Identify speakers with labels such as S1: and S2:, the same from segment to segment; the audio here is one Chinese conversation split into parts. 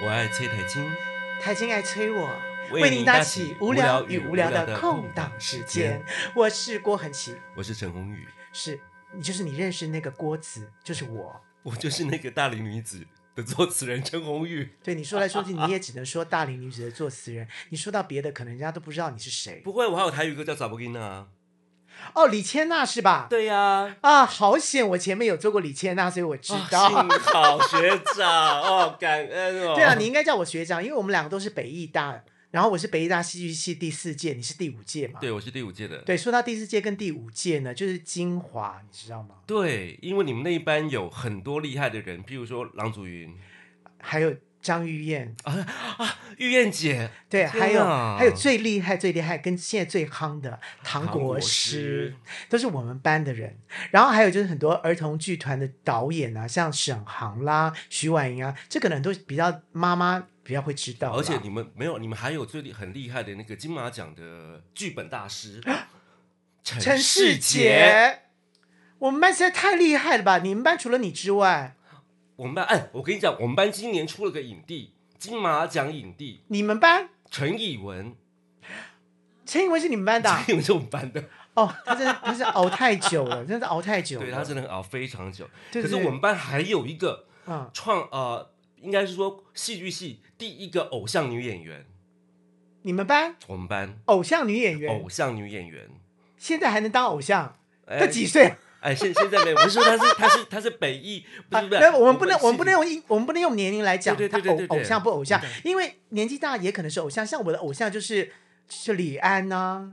S1: 我爱崔台金，
S2: 台金爱催我，
S1: 为
S2: 为
S1: 您
S2: 您
S1: 搭
S2: 搭
S1: 起
S2: 起
S1: 无
S2: 无
S1: 聊
S2: 聊
S1: 与
S2: 与
S1: 无
S2: 无
S1: 聊
S2: 聊的
S1: 的空
S2: 空
S1: 档
S2: 档时
S1: 间
S2: 间。我是郭恒琪，
S1: 我是陈宏宇，
S2: 是你就是你认识那个郭子，就是我。
S1: 我就是那个大龄女子的作词人陈宏宇。
S2: 对你说来说去，你也只能说大龄女子的作词人。你说到别的，可能人家都不知道你是谁。
S1: 不会，我还有台语歌叫《找不吉娜》啊。
S2: 哦，李千娜是吧？
S1: 对呀、啊，
S2: 啊，好险！我前面有做过李千娜，所以我知道。
S1: 幸好学长哦，感恩啊哦。
S2: 对啊，你应该叫我学长，因为我们两个都是北艺大，然后我是北艺大戏剧系第四届，你是第五届嘛？
S1: 对我是第五届的。
S2: 对，说到第四届跟第五届呢，就是精华，你知道吗？
S1: 对，因为你们那一班有很多厉害的人，譬如说郎祖云、
S2: 还有张玉燕，
S1: 玉燕姐，
S2: 对，
S1: 啊天
S2: 还有
S1: 啊
S2: 还有最厉害、最厉害跟现在最夯的唐
S1: 唐国
S2: 国
S1: 师
S2: 师，都是我们班的人。然后还有就是很多儿童剧团的导演啊，像沈航啦、徐婉莹啊，这可能都比较妈妈比较会知道啦。
S1: 而且你们没有，你们还有最厉很厉害的那个金马奖的剧本大师陈
S2: 啊陈世
S1: 杰。
S2: 杰，我们班实在太厉害了吧？你们班除了你之外，
S1: 我们班，哎，我跟你讲，我们班今年出了个影帝，金马奖影帝
S2: 你们班
S1: 陈以文，
S2: 陈以文是你们班的啊
S1: 陈以文是我们班 的，
S2: 哦，他真的他是熬太久了，真的是熬太久了。
S1: 对他真的熬非常久。
S2: 对
S1: 可是
S2: 对
S1: 我们班还有一个
S2: 嗯，
S1: 创呃，应该是说戏剧系第一个偶像女演员，
S2: 你们班
S1: 我们班
S2: 偶像女演员
S1: 偶像女演员。
S2: 现在还能当偶像？
S1: 哎
S2: 她几岁？
S1: 哎，现现在没有，我是说她是她是她是北艺，不
S2: 啊
S1: 是不是，
S2: 那我们不能，我们不
S1: 是
S2: 能用一，我们不能用年龄来讲
S1: 对
S2: 他
S1: 对对
S2: 偶
S1: 对对对嗯
S2: 偶像不偶像，因为年纪大也可能是偶像。像我的偶像就是是李安
S1: 哦
S2: 呐、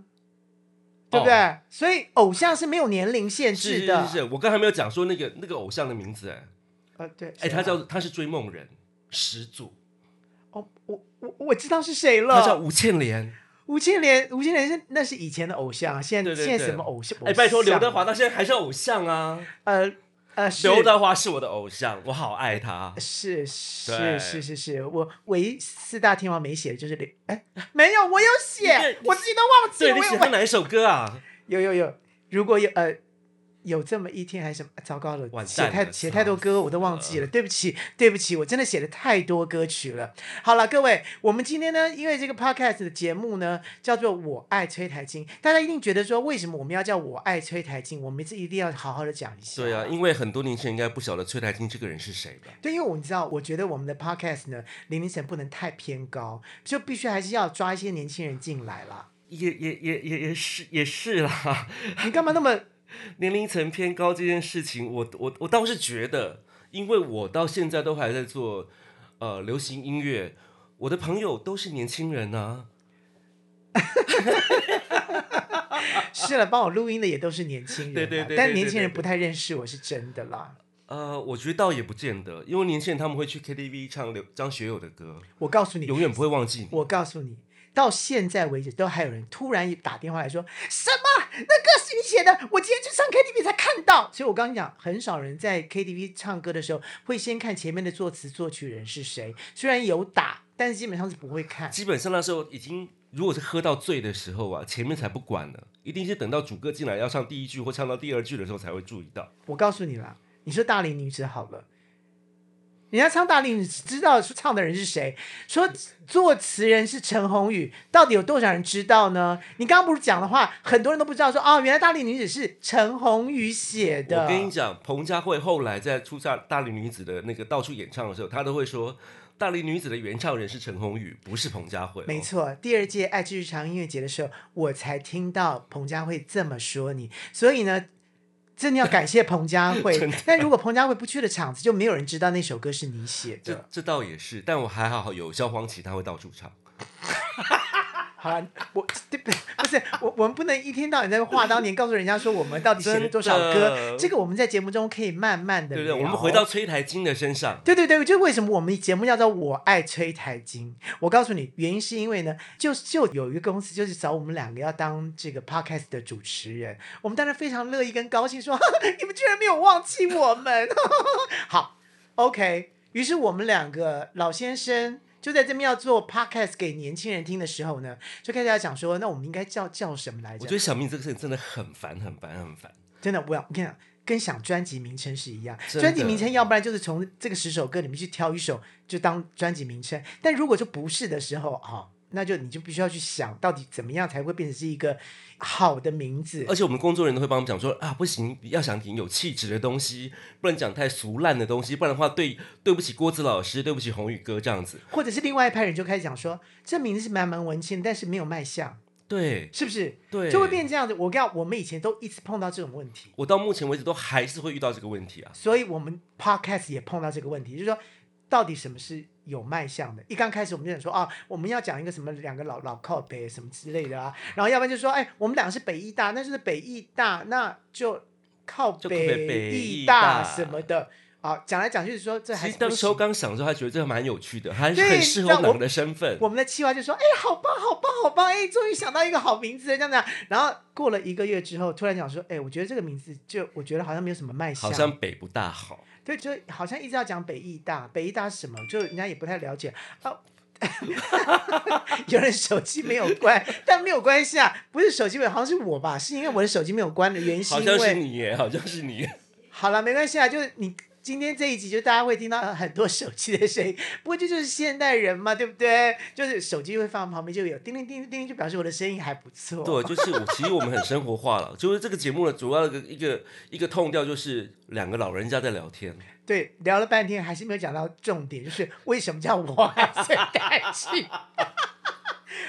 S2: 对不对？所以偶像是没有年龄限
S1: 是
S2: 制
S1: 是
S2: 的。
S1: 是是，我刚才没有讲说那个那个偶像的名字哎，
S2: 呃，对，
S1: 哎，
S2: 谁
S1: 他
S2: 啊
S1: 叫他是追梦人始祖，
S2: 哦，我我我知道是谁
S1: 他叫
S2: 了。
S1: 吴倩莲。
S2: 吴倩莲，吴倩莲是那是以前的偶像，啊现在
S1: 对对
S2: 现在
S1: 对
S2: 什么偶像？
S1: 哎，拜托，
S2: 偶像
S1: 刘德华到现在还是偶像啊！
S2: 呃呃，是
S1: 刘德华是哎我的偶像，我好爱他。
S2: 是是
S1: 对
S2: 是是是，我唯四大天王没写的就是刘，哎，没有，我有
S1: 你
S2: 写
S1: 这，
S2: 我自己都忘记
S1: 对
S2: 了，
S1: 你
S2: 我
S1: 喜
S2: 有
S1: 欢哪一首歌啊？
S2: 有有有，如果有呃有这么一天还是什么，糟糕了，
S1: 完
S2: 写
S1: 蛋
S2: 太
S1: 了
S2: 写太多歌我都忘记了，对不起对不起，我真的写了太多歌曲了。好了，各位，我们今天呢，因为这个 podcast 的节目呢叫做《我爱崔台金》，大家一定觉得说为什么我们要叫我爱崔台金？我们这一定要好好的讲一下。
S1: 对啊，因为很多年轻人应该不晓得崔台金这个人是谁吧？
S2: 对，因为我们知道，我觉得我们的 podcast 呢，年龄层不能太偏高，就必须还是要抓一些年轻人进来啦。
S1: 也也也也也是也是啦，
S2: 你干嘛那么
S1: 年龄层偏高这件事情，我我我倒是觉得，因为我到现在都还在做呃流行音乐，我的朋友都是年轻人啊。
S2: 是了，帮我录音的也都是年轻人啦，啊
S1: 对对对对
S2: 但
S1: 对
S2: 年轻人
S1: 对对
S2: 不太认识我是真的啦。
S1: 呃，我觉得倒也不见得，因为年轻人他们会去 KTV 唱刘张学友的歌，
S2: 我告诉你，
S1: 永远不会忘记你。
S2: 我告诉你，到现在为止都还有人突然打电话来说什么那歌是你写的，我今天去唱 KTV 才看到。所以我刚刚讲，很少人在 KTV 唱歌的时候会先看前面的作词作曲人是谁，虽然有打，但是基本上是不会看。
S1: 基本上那时候已经，如果是喝到醉的时候啊，前面才不管呢，一定是等到主歌进来要唱第一句或唱到第二句的时候才会注意到。
S2: 我告诉你啦，你说大龄女子好了，人家唱大龄女子知道说唱的人是谁，说作词人是陈鸿宇，到底有多少人知道呢？你刚刚不是讲的话，很多人都不知道说哦，原来大龄女子是陈鸿宇写的。
S1: 我跟你讲，彭佳慧后来在出下大龄女子的那个到处演唱的时候，她都会说，大龄女子的原唱人是陈鸿宇，不是彭佳慧、哦
S2: 没，错，第二届爱之日常音乐节的时候，我才听到彭佳慧这么说你，所以呢，真的要感谢彭 佳
S1: 真
S2: 慧
S1: 的。
S2: 但如果彭佳慧不去的场子，就没有人知道那首歌是你写的
S1: 这。这倒也是，但我还好有萧煌奇，他会到处唱。
S2: 好了，我 对不不是我，我们不能一天到晚在画当年，告诉人家说我们到底写了多少
S1: 真的
S2: 歌。这个我们在节目中可以慢慢的
S1: 对不对？我们回到崔台金的身上，
S2: 对对对，就为什么我们节目叫做“我爱吹台金”？我告诉你，原因是因为呢，就就有一个公司就是找我们两个要当这个 podcast 的主持人，我们当然非常乐意跟高兴说， 你们居然没有忘记我们。 好，OK，于是我们两个老先生。就在这边要做 podcast 给年轻人听的时候呢，就开始要讲说，那我们应该叫叫什么来
S1: 我
S2: 着
S1: 觉？得小明这个事情真的很烦，很烦，很烦。
S2: 真的，我要我跟你讲，跟想专辑名称是一样。
S1: 真的
S2: 专辑名称要不然就是从这个十首歌里面去挑一首就当专辑名称，但如果就不是的时候啊、哦那就你就必须要去想到底怎么样才会变成是一个好的名字。
S1: 而且我们工作人员都会帮我们讲说啊，不行，要想挺有气质的东西，不能讲太俗烂的东西，不然的话对对不起郭子老师，对不起宏宇哥这样子。
S2: 或者是另外一派人就开始讲说，这名字是蛮蛮文青，但是没有卖相，
S1: 对
S2: 是不是？
S1: 对，
S2: 就会变。这样子。我告我们以前都一直碰到这种问题，
S1: 我到目前为止都还是会遇到这个问题啊。
S2: 所以我们 podcast 也碰到这个问题，就是说到底什么是有卖相的？一刚开始我们就想说啊，我们要讲一个什么两个老老靠北什么之类的啊，然后要不然就说哎，我们两个是北艺大，那就是北艺大，那就靠
S1: 就靠北
S2: 北
S1: 艺
S2: 艺
S1: 大
S2: 大什么的。啊，讲来讲去说这
S1: 其
S2: 还是
S1: 实当
S2: 不
S1: 时
S2: 行
S1: 候刚想的时候，还觉得这个蛮有趣的，还是
S2: 对
S1: 很适合我们两个的身份。
S2: 我们的企划就说：“哎，好棒，好棒，好棒！哎，终于想到一个好名字了，这样子。”然后过了一个月之后，突然讲说：“哎，我觉得这个名字就我觉得好像没有什么卖相，
S1: 好像北不大好，
S2: 对，就好像一直要讲北艺大，北艺大是什么？就人家也不太了解啊。 有人手机没有关，但没有关系啊，不是手机没有，好像是我吧，是因为我的手机没有关的原因，是
S1: 好
S2: 因
S1: 像是
S2: 为
S1: 你耶，好像是 你。
S2: 好了，没关系啊，就是你今天这一集，就大家会听到很多手机的声音，不过这就是现代人嘛，对不对？就是手机会放旁边就有叮铃叮铃叮铃，就表示我的声音还不错。
S1: 对，就是我，其实我们很生活化了。就是这个节目的主要的一个一个痛调就是两个老人家在聊天。
S2: 对聊了半天还是没有讲到重点，就是为什么叫我爱崔台庆。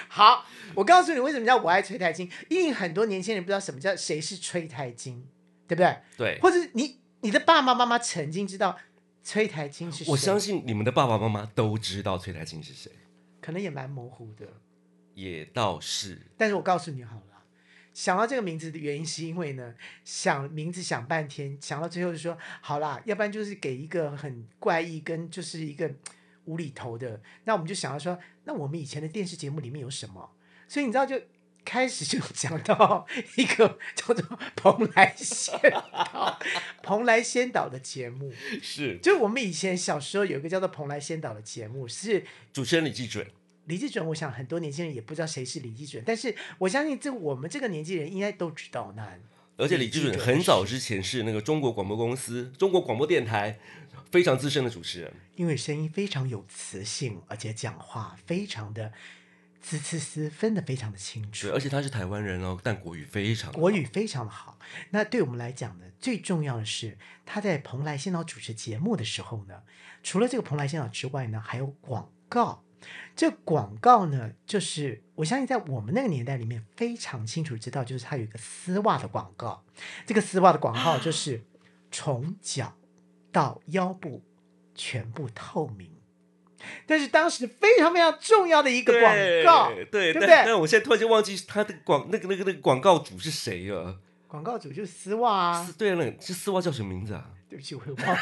S2: 好，我告诉你为什么叫我爱崔台金，因为很多年轻人不知道什么叫谁是崔台金，对不对？
S1: 对，
S2: 或者是你你的爸爸妈妈曾经知道崔台金是谁，
S1: 我相信你们的爸爸妈妈都知道崔台庆是谁，
S2: 可能也蛮模糊的。
S1: 也倒是
S2: 但是我告诉你好了，想到这个名字的原因是因为呢，想名字想半天，想到最后就说好啦，要不然就是给一个很怪异跟就是一个无厘头的。那我们就想到说，那我们以前的电视节目里面有什么？所以你知道就。开始就讲到一个叫做蓬莱仙岛， 蓬莱仙岛的节目，
S1: 是
S2: 就是我们以前小时候有一个叫做蓬莱仙岛的节目，是
S1: 主持人李济准，
S2: 李济准，我想很多年轻人也不知道谁是李济准，但是我相信这我们这个年纪人应该都知道那。
S1: 而且李济
S2: 李
S1: 准
S2: 济准
S1: 很早之前是那个中国广播公司、中国广播电台非常资深的主持人。
S2: 因为声音非常有磁性，而且讲话非常的滋滋滋，分得非常的清
S1: 对，
S2: 楚，
S1: 而且他是台湾人哦，但国语非常好
S2: 国语非常的好。那对我们来讲呢，最重要的是他在蓬莱仙岛主持节目的时候呢，除了这个蓬莱仙岛之外呢，还有广告。这广告呢，就是我相信在我们那个年代里面非常清楚知道，就是它有一个丝袜的广告，这个丝袜的广告就是从脚到腰部全部透明，但是当时非常非常重要的一个广告，
S1: 对对
S2: 对不
S1: 但
S2: 对
S1: 但我现在突然间忘记他的广那个那个那个广告主是谁了。
S2: 广告主就是丝袜啊
S1: 丝，对了，这丝袜叫什么名字啊？
S2: 对不起，我也忘了。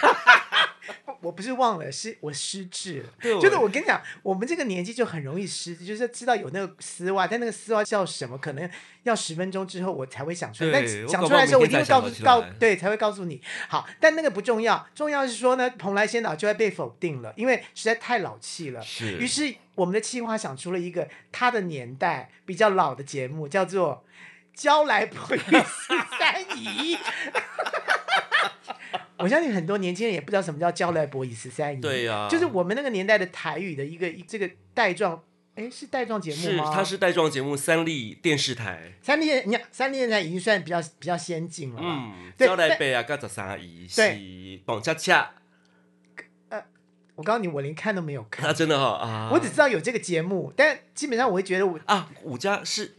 S2: 我不是忘了，是我失智了。
S1: 对我
S2: 就是我跟你讲，我们这个年纪就很容易失智，就是知道有那个丝袜，但那个丝袜叫什么，可能要十分钟之后我才会想出来。
S1: 对
S2: 但
S1: 我搞
S2: 想出
S1: 不好
S2: 来的时候，我一
S1: 明天
S2: 定会
S1: 才
S2: 告
S1: 想
S2: 诉
S1: 得
S2: 告
S1: 起来
S2: 对才会告诉你。好，但那个不重要，重要是说呢，蓬莱仙岛就会被否定了，因为实在太老气了。
S1: 是
S2: 于是我们的企划想出了一个他的年代比较老的节目，叫做《交来朋友十三姨》。 我相信很多年轻人也不知道什么叫交来博以十三姨，
S1: 对呀
S2: 就是我们那个年代的台语的一个一这个带状，哎，是带状节目
S1: 是
S2: 吗？
S1: 他是带状节目三立电视台。
S2: 三立，你看三立现在已经算比较比较先进了嘛。
S1: 嗯，
S2: 对
S1: 交代杯啊，跟十三姨是蹦恰恰，
S2: 我告诉你，我连看都没有
S1: 他
S2: 看，
S1: 真的哈、 啊，
S2: 我只知道有这个节目，但基本上我会觉得我
S1: 啊五家是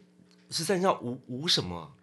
S1: 十三叫五五什么，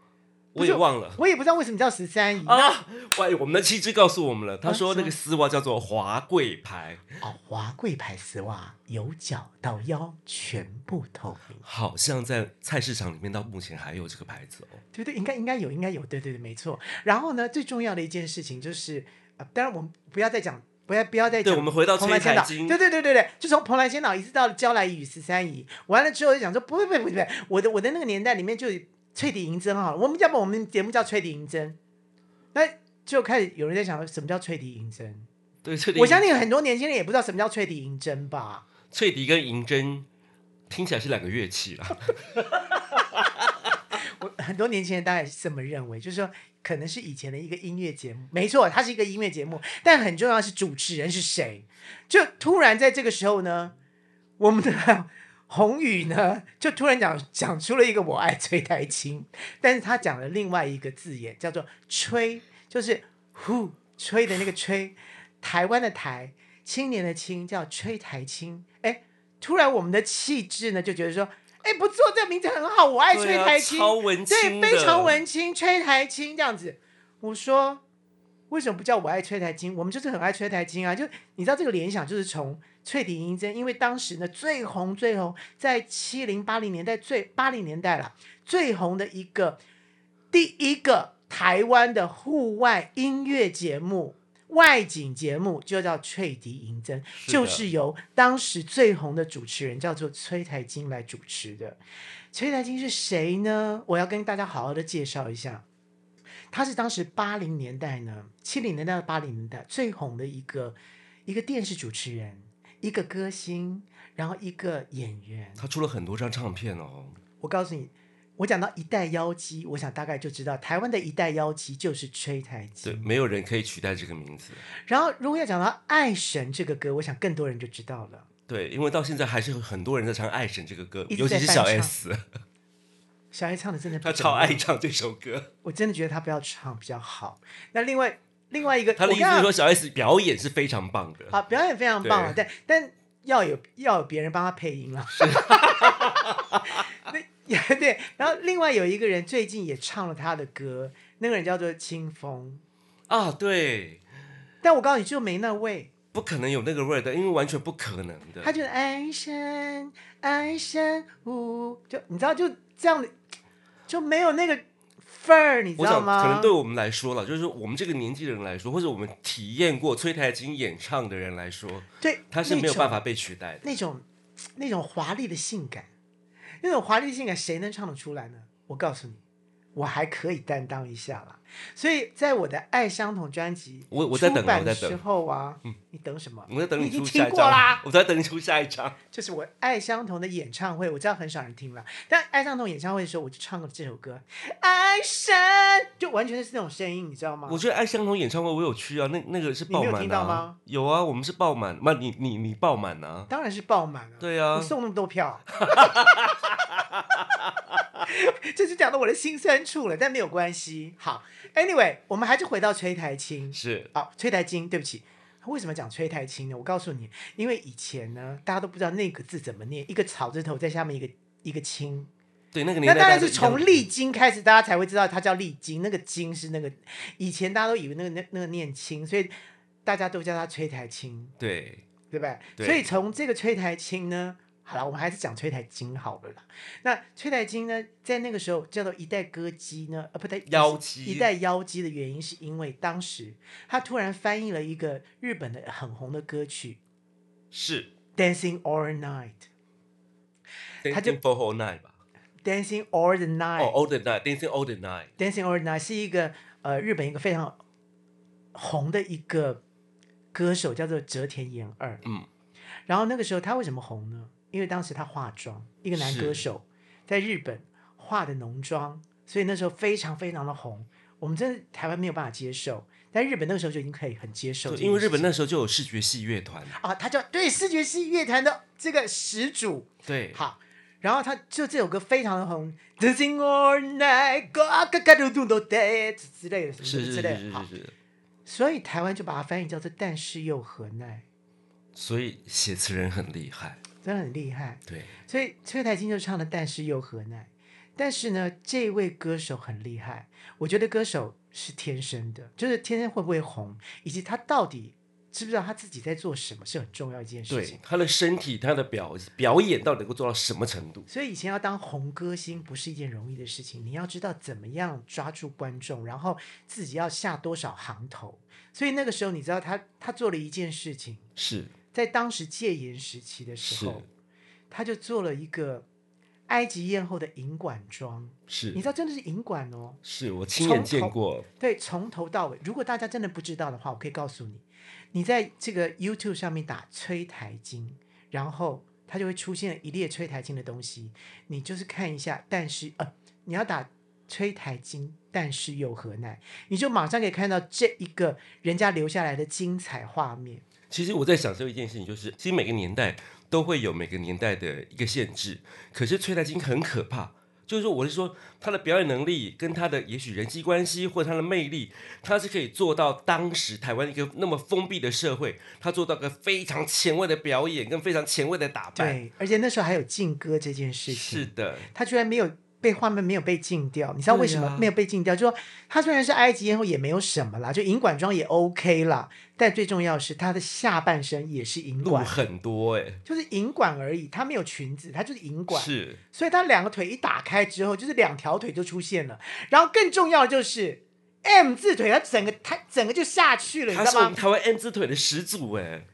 S2: 不
S1: 我
S2: 是
S1: 也忘了。
S2: 我也不知道为什么叫十三姨啊，
S1: 啊！喂，我们的七只告诉我们了，他
S2: 啊
S1: 说
S2: 什
S1: 那
S2: 么
S1: 个丝袜叫做华贵牌，
S2: 哦，华贵牌丝袜，由脚到腰全部透明，
S1: 好像在菜市场里面到目前还有这个牌子哦。
S2: 对对，应该应该有，应该有，对对对，没错。然后呢，最重要的一件事情就是，呃，当然我们不要再讲，不要不要再
S1: 对，
S2: 讲
S1: 我们回到
S2: 蓬莱
S1: 崔
S2: 仙
S1: 台
S2: 岛，
S1: 金，
S2: 对对对对对，就从蓬莱仙岛一直到娇来与十三姨，完了之后就想说，不会不会不会不会，我的我的那个年代里面就有翠底银针好了，我们要不我们节目叫翠底银针，那就开始有人在想什么叫翠底银针，
S1: 对，翠迪
S2: 我相信很多年轻人也不知道什么叫翠底银针吧。
S1: 翠迪跟银针听起来是两个乐器啦。
S2: 我很多年轻人当然是这么认为，就是说可能是以前的一个音乐节目，没错，它是一个音乐节目，但很重要的是主持人是谁。就突然在这个时候呢，我们的 宏宇呢，就突然讲讲出了一个“我爱崔台青”，但是他讲了另外一个字眼，叫做“吹”，就是呼吹的那个吹，台湾的台，青年的青，叫吹台青。哎，突然我们的气质呢，就觉得说，哎，不错，这个名字很好，我爱
S1: 对
S2: 吹
S1: 啊
S2: 台青。
S1: 超文青的，
S2: 对，非常文青，吹台青这样子。我说，为什么不叫我爱吹台青？我们就是很爱吹台青啊！就你知道这个联想就是从翠笛银针，因为当时呢最红最红，在七零八零年代最八零年代了最红的一个第一个台湾的户外音乐节目。外景节目就叫《翠笛银针》，
S1: 是的
S2: 就是由当时最红的主持人叫做崔台金来主持的。崔台金是谁呢？我要跟大家好好的介绍一下，他是当时八零年代呢，七零年代到八零年代最红的一个一个电视主持人，一个歌星，然后一个演员。
S1: 他出了很多张唱片哦，
S2: 我告诉你，我讲到一代妖姬，我想大概就知道台湾的一代妖姬就是崔台
S1: 对，
S2: 金。
S1: 没有人可以取代这个名字。
S2: 然后如果要讲到《爱神》这个歌，我想更多人就知道了。
S1: 对，因为到现在还是有很多人在唱《爱神》这个歌，
S2: 一直
S1: 尤其
S2: 在
S1: 是
S2: 翻
S1: 小
S2: 唱
S1: S，
S2: 小 A 唱的真的不
S1: 他
S2: 怎
S1: 超
S2: 么
S1: 爱
S2: 样，
S1: 唱这首歌。
S2: 我真的觉得他不要唱比较好。那另外另外一个，
S1: 他的
S2: 我
S1: 意
S2: 刚
S1: 思
S2: 刚
S1: 是说，小 S 表演是非常棒的。
S2: 啊，表演非常棒啊，但但要有要有别人帮他配音了。啊 那 也对，然后另外有一个人最近也唱了他的歌，那个人叫做清风，
S1: 啊，对，
S2: 但我告诉你就没那味，
S1: 不可能有那个味儿的，因为完全不可能的。
S2: 他就是爱神爱神呜，就你知道就这样的就没有那个份儿，你知
S1: 我
S2: 道
S1: 想，
S2: 吗？
S1: 可能对我们来说了，就是我们这个年纪的人来说，或者我们体验过崔台金演唱的人来说，
S2: 对
S1: 他是没有
S2: 那种
S1: 办法被取代的。
S2: 那种那种华丽的性感，那种华丽的性感，谁能唱得出来呢？我告诉你，我还可以担当一下啦。所以在我的《爱相同》专辑
S1: 我我在等啊
S2: 出版
S1: 我在
S2: 的
S1: 等嗯
S2: 时候啊，你等什么？
S1: 我在等
S2: 你已
S1: 出
S2: 经
S1: 下
S2: 听
S1: 一
S2: 过啦
S1: 张，，我在等你出下一 张。
S2: 就是我《爱相同》的演唱会，我知道很少人听了，但《爱相同》演唱会的时候，我就唱了这首歌《爱神》，就完全是那种声音，你知道吗？
S1: 我觉得爱相同演唱会我有去啊，那那个是
S2: 你没
S1: 爆
S2: 有
S1: 满
S2: 听
S1: 的、
S2: 到
S1: 啊
S2: 吗，
S1: 有啊，我们是爆满，不，你你你爆满啊，
S2: 当然是爆满了、
S1: 对啊
S2: 我，送那么多票，这就讲到我的心酸处了，但没有关系。好，Anyway，我们还是回到崔台青。
S1: 是
S2: 好、崔台青，对不起，为什么讲崔台青呢？我告诉你，因为以前呢，大家都不知道那个字怎么念，一个草字头在下面一个一个青，
S1: 对那个
S2: 那
S1: 年代
S2: 当
S1: 大家
S2: 然
S1: 都一
S2: 是
S1: 样，
S2: 从历经开始，大家才会知道它叫历经。那个经是那个，以前大家都以为那个那那个念青，所以大家都叫它崔台青。
S1: 对
S2: 对不对？
S1: 对
S2: 所以从这个崔台青呢，好了，我们还是讲崔台金好了啦。那崔台金呢，在那个时候叫做一代歌姬呢，呃，不对，
S1: 妖姬
S2: 一代妖姬的原因是因为当时他突然翻译了一个日本的很红的歌曲
S1: 是
S2: 《Dancing All Night》他就哎
S1: Dancing for All Night 吧，
S2: ，Dancing All the
S1: 哦
S2: Night，、
S1: All the Night，Dancing All the Night，
S2: Dancing All Night 是一个呃日本一个非常红的一个歌手，叫做折田研二。
S1: 嗯，
S2: 然后那个时候他为什么红呢？因为当时他化妆，一个男歌手在日本化的浓妆，所以那时候非常非常的红。我们真的台湾没有办法接受，但日本那个时候就已经可以很接受
S1: 对
S2: 这件事情，
S1: 因为日本那时候就有视觉系乐团，
S2: 啊，他叫对视觉系乐团的这个始祖，
S1: 对，
S2: 好，然后他就这首歌非常的红，Dancing all night, go go go do do day 之类的什么
S1: 是是
S2: 之
S1: 是
S2: 类
S1: 是
S2: 的，好
S1: 是，是，
S2: 所以台湾就把它翻译叫做“但是又何奈
S1: 所以写词人很厉害，”，
S2: 真的很厉害。
S1: 对，
S2: 所以崔台金就唱了“但是又何奈”，但是呢，这位歌手很厉害，我觉得歌手是天生的，就是天生会不会红，以及他到底知不知道他自己在做什么是很重要一件事情
S1: 对。，他的身体，他的表表演到底能够做到什么程度？
S2: 所以以前要当红歌星不是一件容易的事情，你要知道怎么样抓住观众，然后自己要下多少行头。所以那个时候，你知道他他做了一件事情，
S1: 是
S2: 在当时戒严时期的时候
S1: 是，
S2: 他就做了一个埃及艳后的银管妆，你
S1: 是
S2: 知道真的是银管哦，
S1: 是，我亲眼
S2: 从
S1: 见
S2: 头
S1: 过，
S2: 对，从头到尾。如果大家真的不知道的话，我可以告诉你，你在这个 YouTube 上面打崔台金，然后它就会出现一列崔台金的东西，你就是看一下。但是呃，你要打吹台经，但是又何奈？你就马上可以看到这一个人家留下来的精彩画面。
S1: 其实我在享受一件事情，就是其实每个年代都会有每个年代的一个限制，可是崔台金很可怕。就是说，我是说他的表演能力跟他的也许人际关系或者他的魅力，他是可以做到当时台湾一个那么封闭的社会，他做到个非常前卫的表演跟非常前卫的打扮。
S2: 对，而且那时候还有禁歌这件事情，
S1: 是的，
S2: 他居然没有被画面没有被禁掉，你知道为什
S1: 对
S2: 么
S1: 啊
S2: 没有被禁掉？就说他虽然是埃及艳后也没有什么啦，就银管装也 OK 啦，但最重要的是他的下半身也是银
S1: 路
S2: 管，
S1: 很多哎、
S2: 就是银管而已，他没有裙子，他就是银管，
S1: 是
S2: 所以他两个腿一打开之后，就是两条腿就出现了，然后更重要的就是 M 字腿，他整个他整个就下去了，你
S1: 他
S2: 知
S1: 是
S2: 道
S1: 我
S2: 吗
S1: 们？台湾 M 字腿的始祖哎，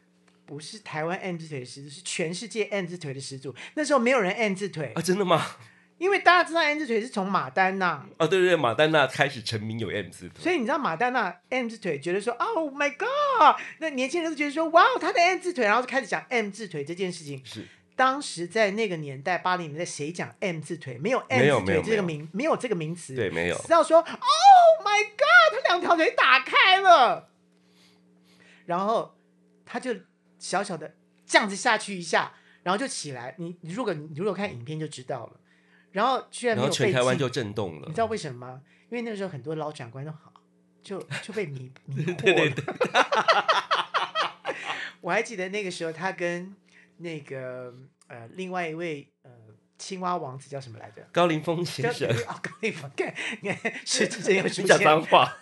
S2: 不是台湾 M 字腿的始祖，是全世界 M 字腿的始祖。那时候没有人 M 字腿，
S1: 啊，真的吗？
S2: 因为大家知道 M 字腿是从马丹娜、
S1: 啊，对对对，马丹娜开始成名有 M 字腿，
S2: 所以你知道马丹娜 M 字腿，觉得说 Oh my God，那年轻人都觉得说哇，她的 M 字腿，然后就开始讲 M 字腿这件事情。
S1: 是
S2: 当时在那个年代，八零年代谁讲 M 字腿？没有 M
S1: 没有没
S2: 字腿
S1: 有
S2: 这个
S1: 没
S2: 名，没有这个名词。
S1: 对，没有
S2: 直到说 Oh my God，他两条腿打开了，然后他就小小的这样子下去一下，然后就起来。你你如果你如果看影片就知道了，然后居然
S1: 然
S2: 没
S1: 后
S2: 有
S1: 全
S2: 被
S1: 台湾
S2: 禁
S1: 就震动了
S2: 你知。道为什么吗？因为那时候很多老长官都好，就就被迷迷惑了。
S1: 对对
S2: 我还记得那个时候，他跟那个呃另外一位呃青蛙王子叫什么来着？
S1: 高凌风
S2: 叫
S1: 先 生，
S2: 啊，高立凡，看你看 是之前有出
S1: 你讲
S2: 现，
S1: 脏话，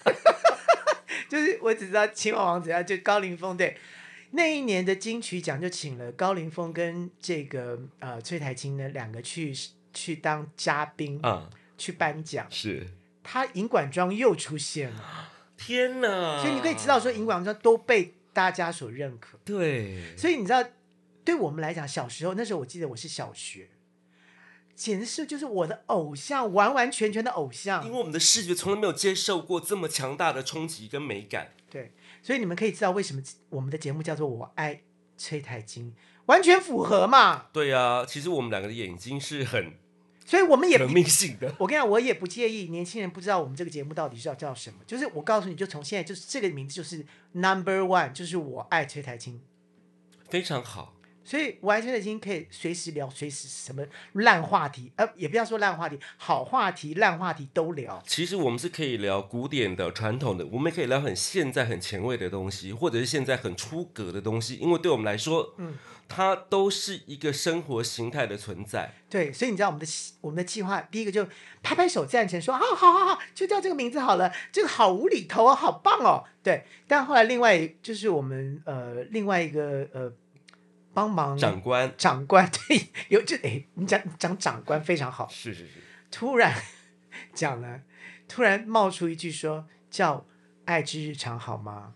S2: 就是我只知道青蛙王子，啊，就高凌风对。那一年的金曲奖就请了高凌风跟这个呃崔台青呢两个去去当嘉宾、
S1: 啊，
S2: 去颁奖，
S1: 是，
S2: 他银管庄又出现了。
S1: 天哪！
S2: 所以你可以知道说，银广庄都被大家所认可。
S1: 对，
S2: 所以你知道，对我们来讲，小时候那时候我记得我是小学，简直是就是我的偶像，完完全全的偶
S1: 因
S2: 像。
S1: 为我们的视觉从来没有接受过这么强大的冲击跟美感，
S2: 对，所以你们可以知道为什么我们的节目叫做《我爱崔台金》，完全符合嘛。
S1: 对啊，其实我们两个的眼睛是很
S2: 所以我们也
S1: 革命性的，
S2: 我跟你讲，我也不介意年轻人不知道我们这个节目到底是要叫什么。就是我告诉你，就从现在就是这个名字就是 Number One，就是我爱崔台金。
S1: 非常好。
S2: 所以我还真的已经可以随时聊，随时什么烂话题，呃，也不要说烂话题，好话题、烂话题都聊。
S1: 其实我们是可以聊古典的、传统的，我们也可以聊很现在、很前卫的东西，或者是现在很出格的东西，因为对我们来说，
S2: 嗯
S1: 它都是一个生活形态的存在。
S2: 对，所以你知道我们的我们的计划，第一个就拍拍手赞成说，啊，好好好，就叫这个名字好了，这个好无厘头哦，好棒哦。对，但后来另外就是我们呃另外一个呃帮忙
S1: 长官
S2: 长官， 对，有这哎，你讲讲长官非常好，
S1: 是是是，
S2: 突然讲了，突然冒出一句说叫“爱之日常”好吗？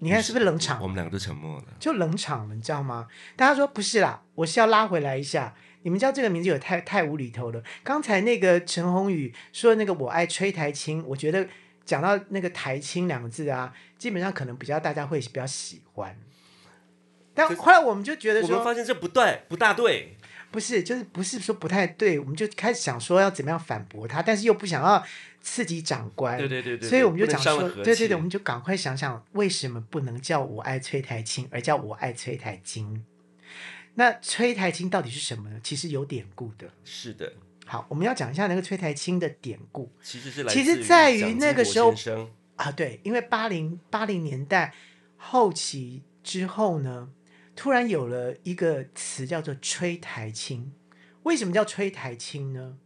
S2: 你看是不是冷场
S1: 我？们两个都沉默了。
S2: 就冷场了，你知道吗？大家说不是啦，我是要拉回来一下。你们叫这个名字有太太无厘头了。刚才那个陈宏宇说那个我爱吹台青，我觉得讲到那个台青两个字啊，基本上可能比较大家会比较喜欢。但
S1: 可是
S2: 后来我们就觉得
S1: 我们
S2: 说，
S1: 发现这不对，不大对。
S2: 不是，就是不是说不太对，我们就开始想说要怎么样反驳他，但是又不想要刺激长官，
S1: 对对对对，
S2: 哎所以
S1: 对
S2: 我们就
S1: 不能
S2: 讲
S1: 伤了
S2: 说，
S1: 和
S2: 对对
S1: 气
S2: 对，我们就赶快想想为什么不能叫我爱崔台青，而叫我爱崔台金？那崔台青到底是什么呢？其实有典故的。
S1: 是的，
S2: 好，我们要讲一下那个崔台青的典故
S1: 其实是来
S2: 其
S1: 自
S2: 实在于
S1: 于蒋
S2: 那
S1: 经
S2: 个
S1: 国
S2: 时候
S1: 先生
S2: 啊，对，因为八零八零年代后期之后呢，突然有了一个词叫做吹台青。为什么叫吹台青呢？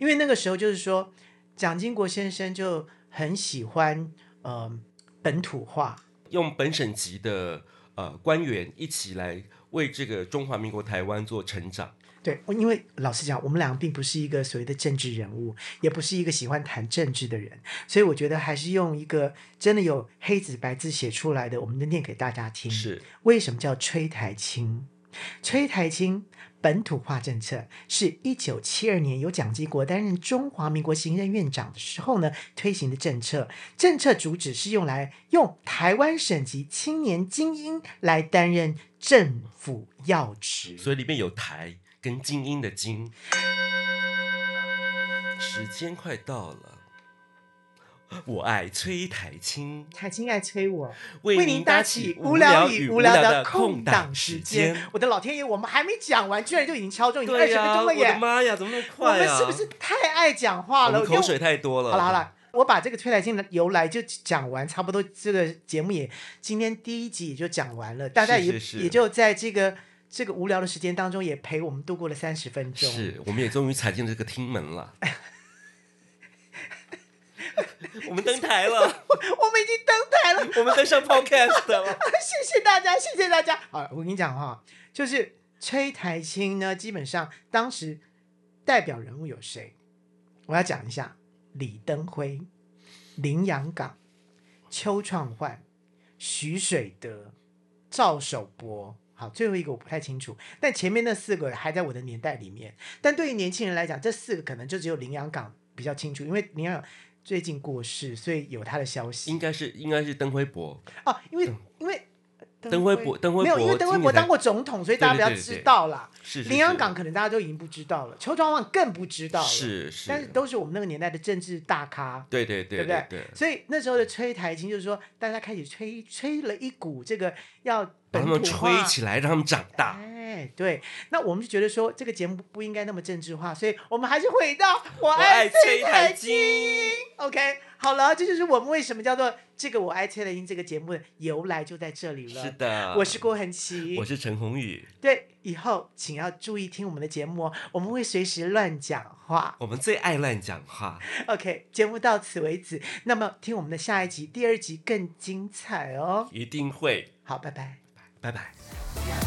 S2: 因为那个时候就是说，蒋经国先生就很喜欢呃本土化，
S1: 用本省级的呃官员一起来为这个中华民国台湾做成长，
S2: 对，我因为老实讲，我们两个并不是一个所谓的政治人物，也不是一个喜欢谈政治的人，所以我觉得还是用一个真的有黑纸白字写出来的，我们就念给大家听。
S1: 是
S2: 为什么叫吹台青？吹台青本土化政策是一九七二年由蒋经国担任中华民国行政院长的时候呢推行的政策。政策主旨是用来用台湾省级青年精英来担任政府要职。
S1: 所以里面有台跟精英的精。时间快到了，我爱崔台青，
S2: 台青爱催我，
S1: 为您搭起无聊与无聊的空档时间。。
S2: 我的老天爷，我们还没讲完，居然就已经敲钟，已经二
S1: 对
S2: 十
S1: 呀、
S2: 分钟了
S1: 我的
S2: 耶！
S1: 妈呀，怎么那么
S2: 我
S1: 快
S2: 们
S1: 呀、
S2: 是不是太爱讲话
S1: 我
S2: 了？
S1: 们
S2: 又
S1: 口水太多了？
S2: 好了好了，我把这个推来信的由来就讲完，差不多这个节目也今天第一集也就讲完了，大家也
S1: 是是
S2: 也就在这个这个无聊的时间当中，也陪我们度过了三十分
S1: 嗯
S2: 钟。
S1: 是，我们也终于踩进这个厅门了。 我们登台了，
S2: 我们已经登台了，
S1: 我们登上 Podcast 了。
S2: 谢谢大家，谢谢大家。好，我跟你讲哈，就是崔台青呢，基本上当时代表人物有谁？我要讲一下：李登辉、林洋港、邱创焕、徐水德、赵守博。好，最后一个我不太清楚，但前面那四个还在我的年代里面。但对于年轻人来讲，这四个可能就只有林洋港比较清楚，因为林洋港最近过世，所以有他的消息
S1: 应。该是应该是登辉伯，
S2: 哦，因为因为
S1: 登辉伯登辉
S2: 没有，
S1: 伯
S2: 因为登辉
S1: 今
S2: 伯
S1: 年才
S2: 当过总统，所以大家
S1: 对对
S2: 比较
S1: 对对
S2: 知道啦。
S1: 是是
S2: 林洋港可能大家都已经不知道了，邱庄旺更不知道了，
S1: 是是，
S2: 但是都是我们那个年代的政治大咖。
S1: 对对对
S2: 对不对
S1: 对，
S2: 所以那时候的吹台青就是说，大家开始吹吹了一股这个要
S1: 把
S2: 本
S1: 他
S2: 土化
S1: 们吹起来，让他们长大。
S2: 哎，对，那我们就觉得说这个节目不应该那么政治化，所以我们还是回到我爱
S1: 爱
S2: 崔
S1: 崔
S2: 台
S1: 台
S2: 金
S1: 金。
S2: OK，好了，这就是我们为什么叫做这个“我爱崔台金”这个节目的由来就在这里了。
S1: 是的，
S2: 我是郭恒琪
S1: 我。是陈宏宇，
S2: 对，以后请要注意听我们的节目哦，我们会随时乱讲话。
S1: 我们最爱乱讲话，
S2: OK，节目到此为止。那么听我们的下一集、第二集更精彩哦。
S1: 一定会。
S2: 好，拜拜。
S1: 拜拜。
S3: 「や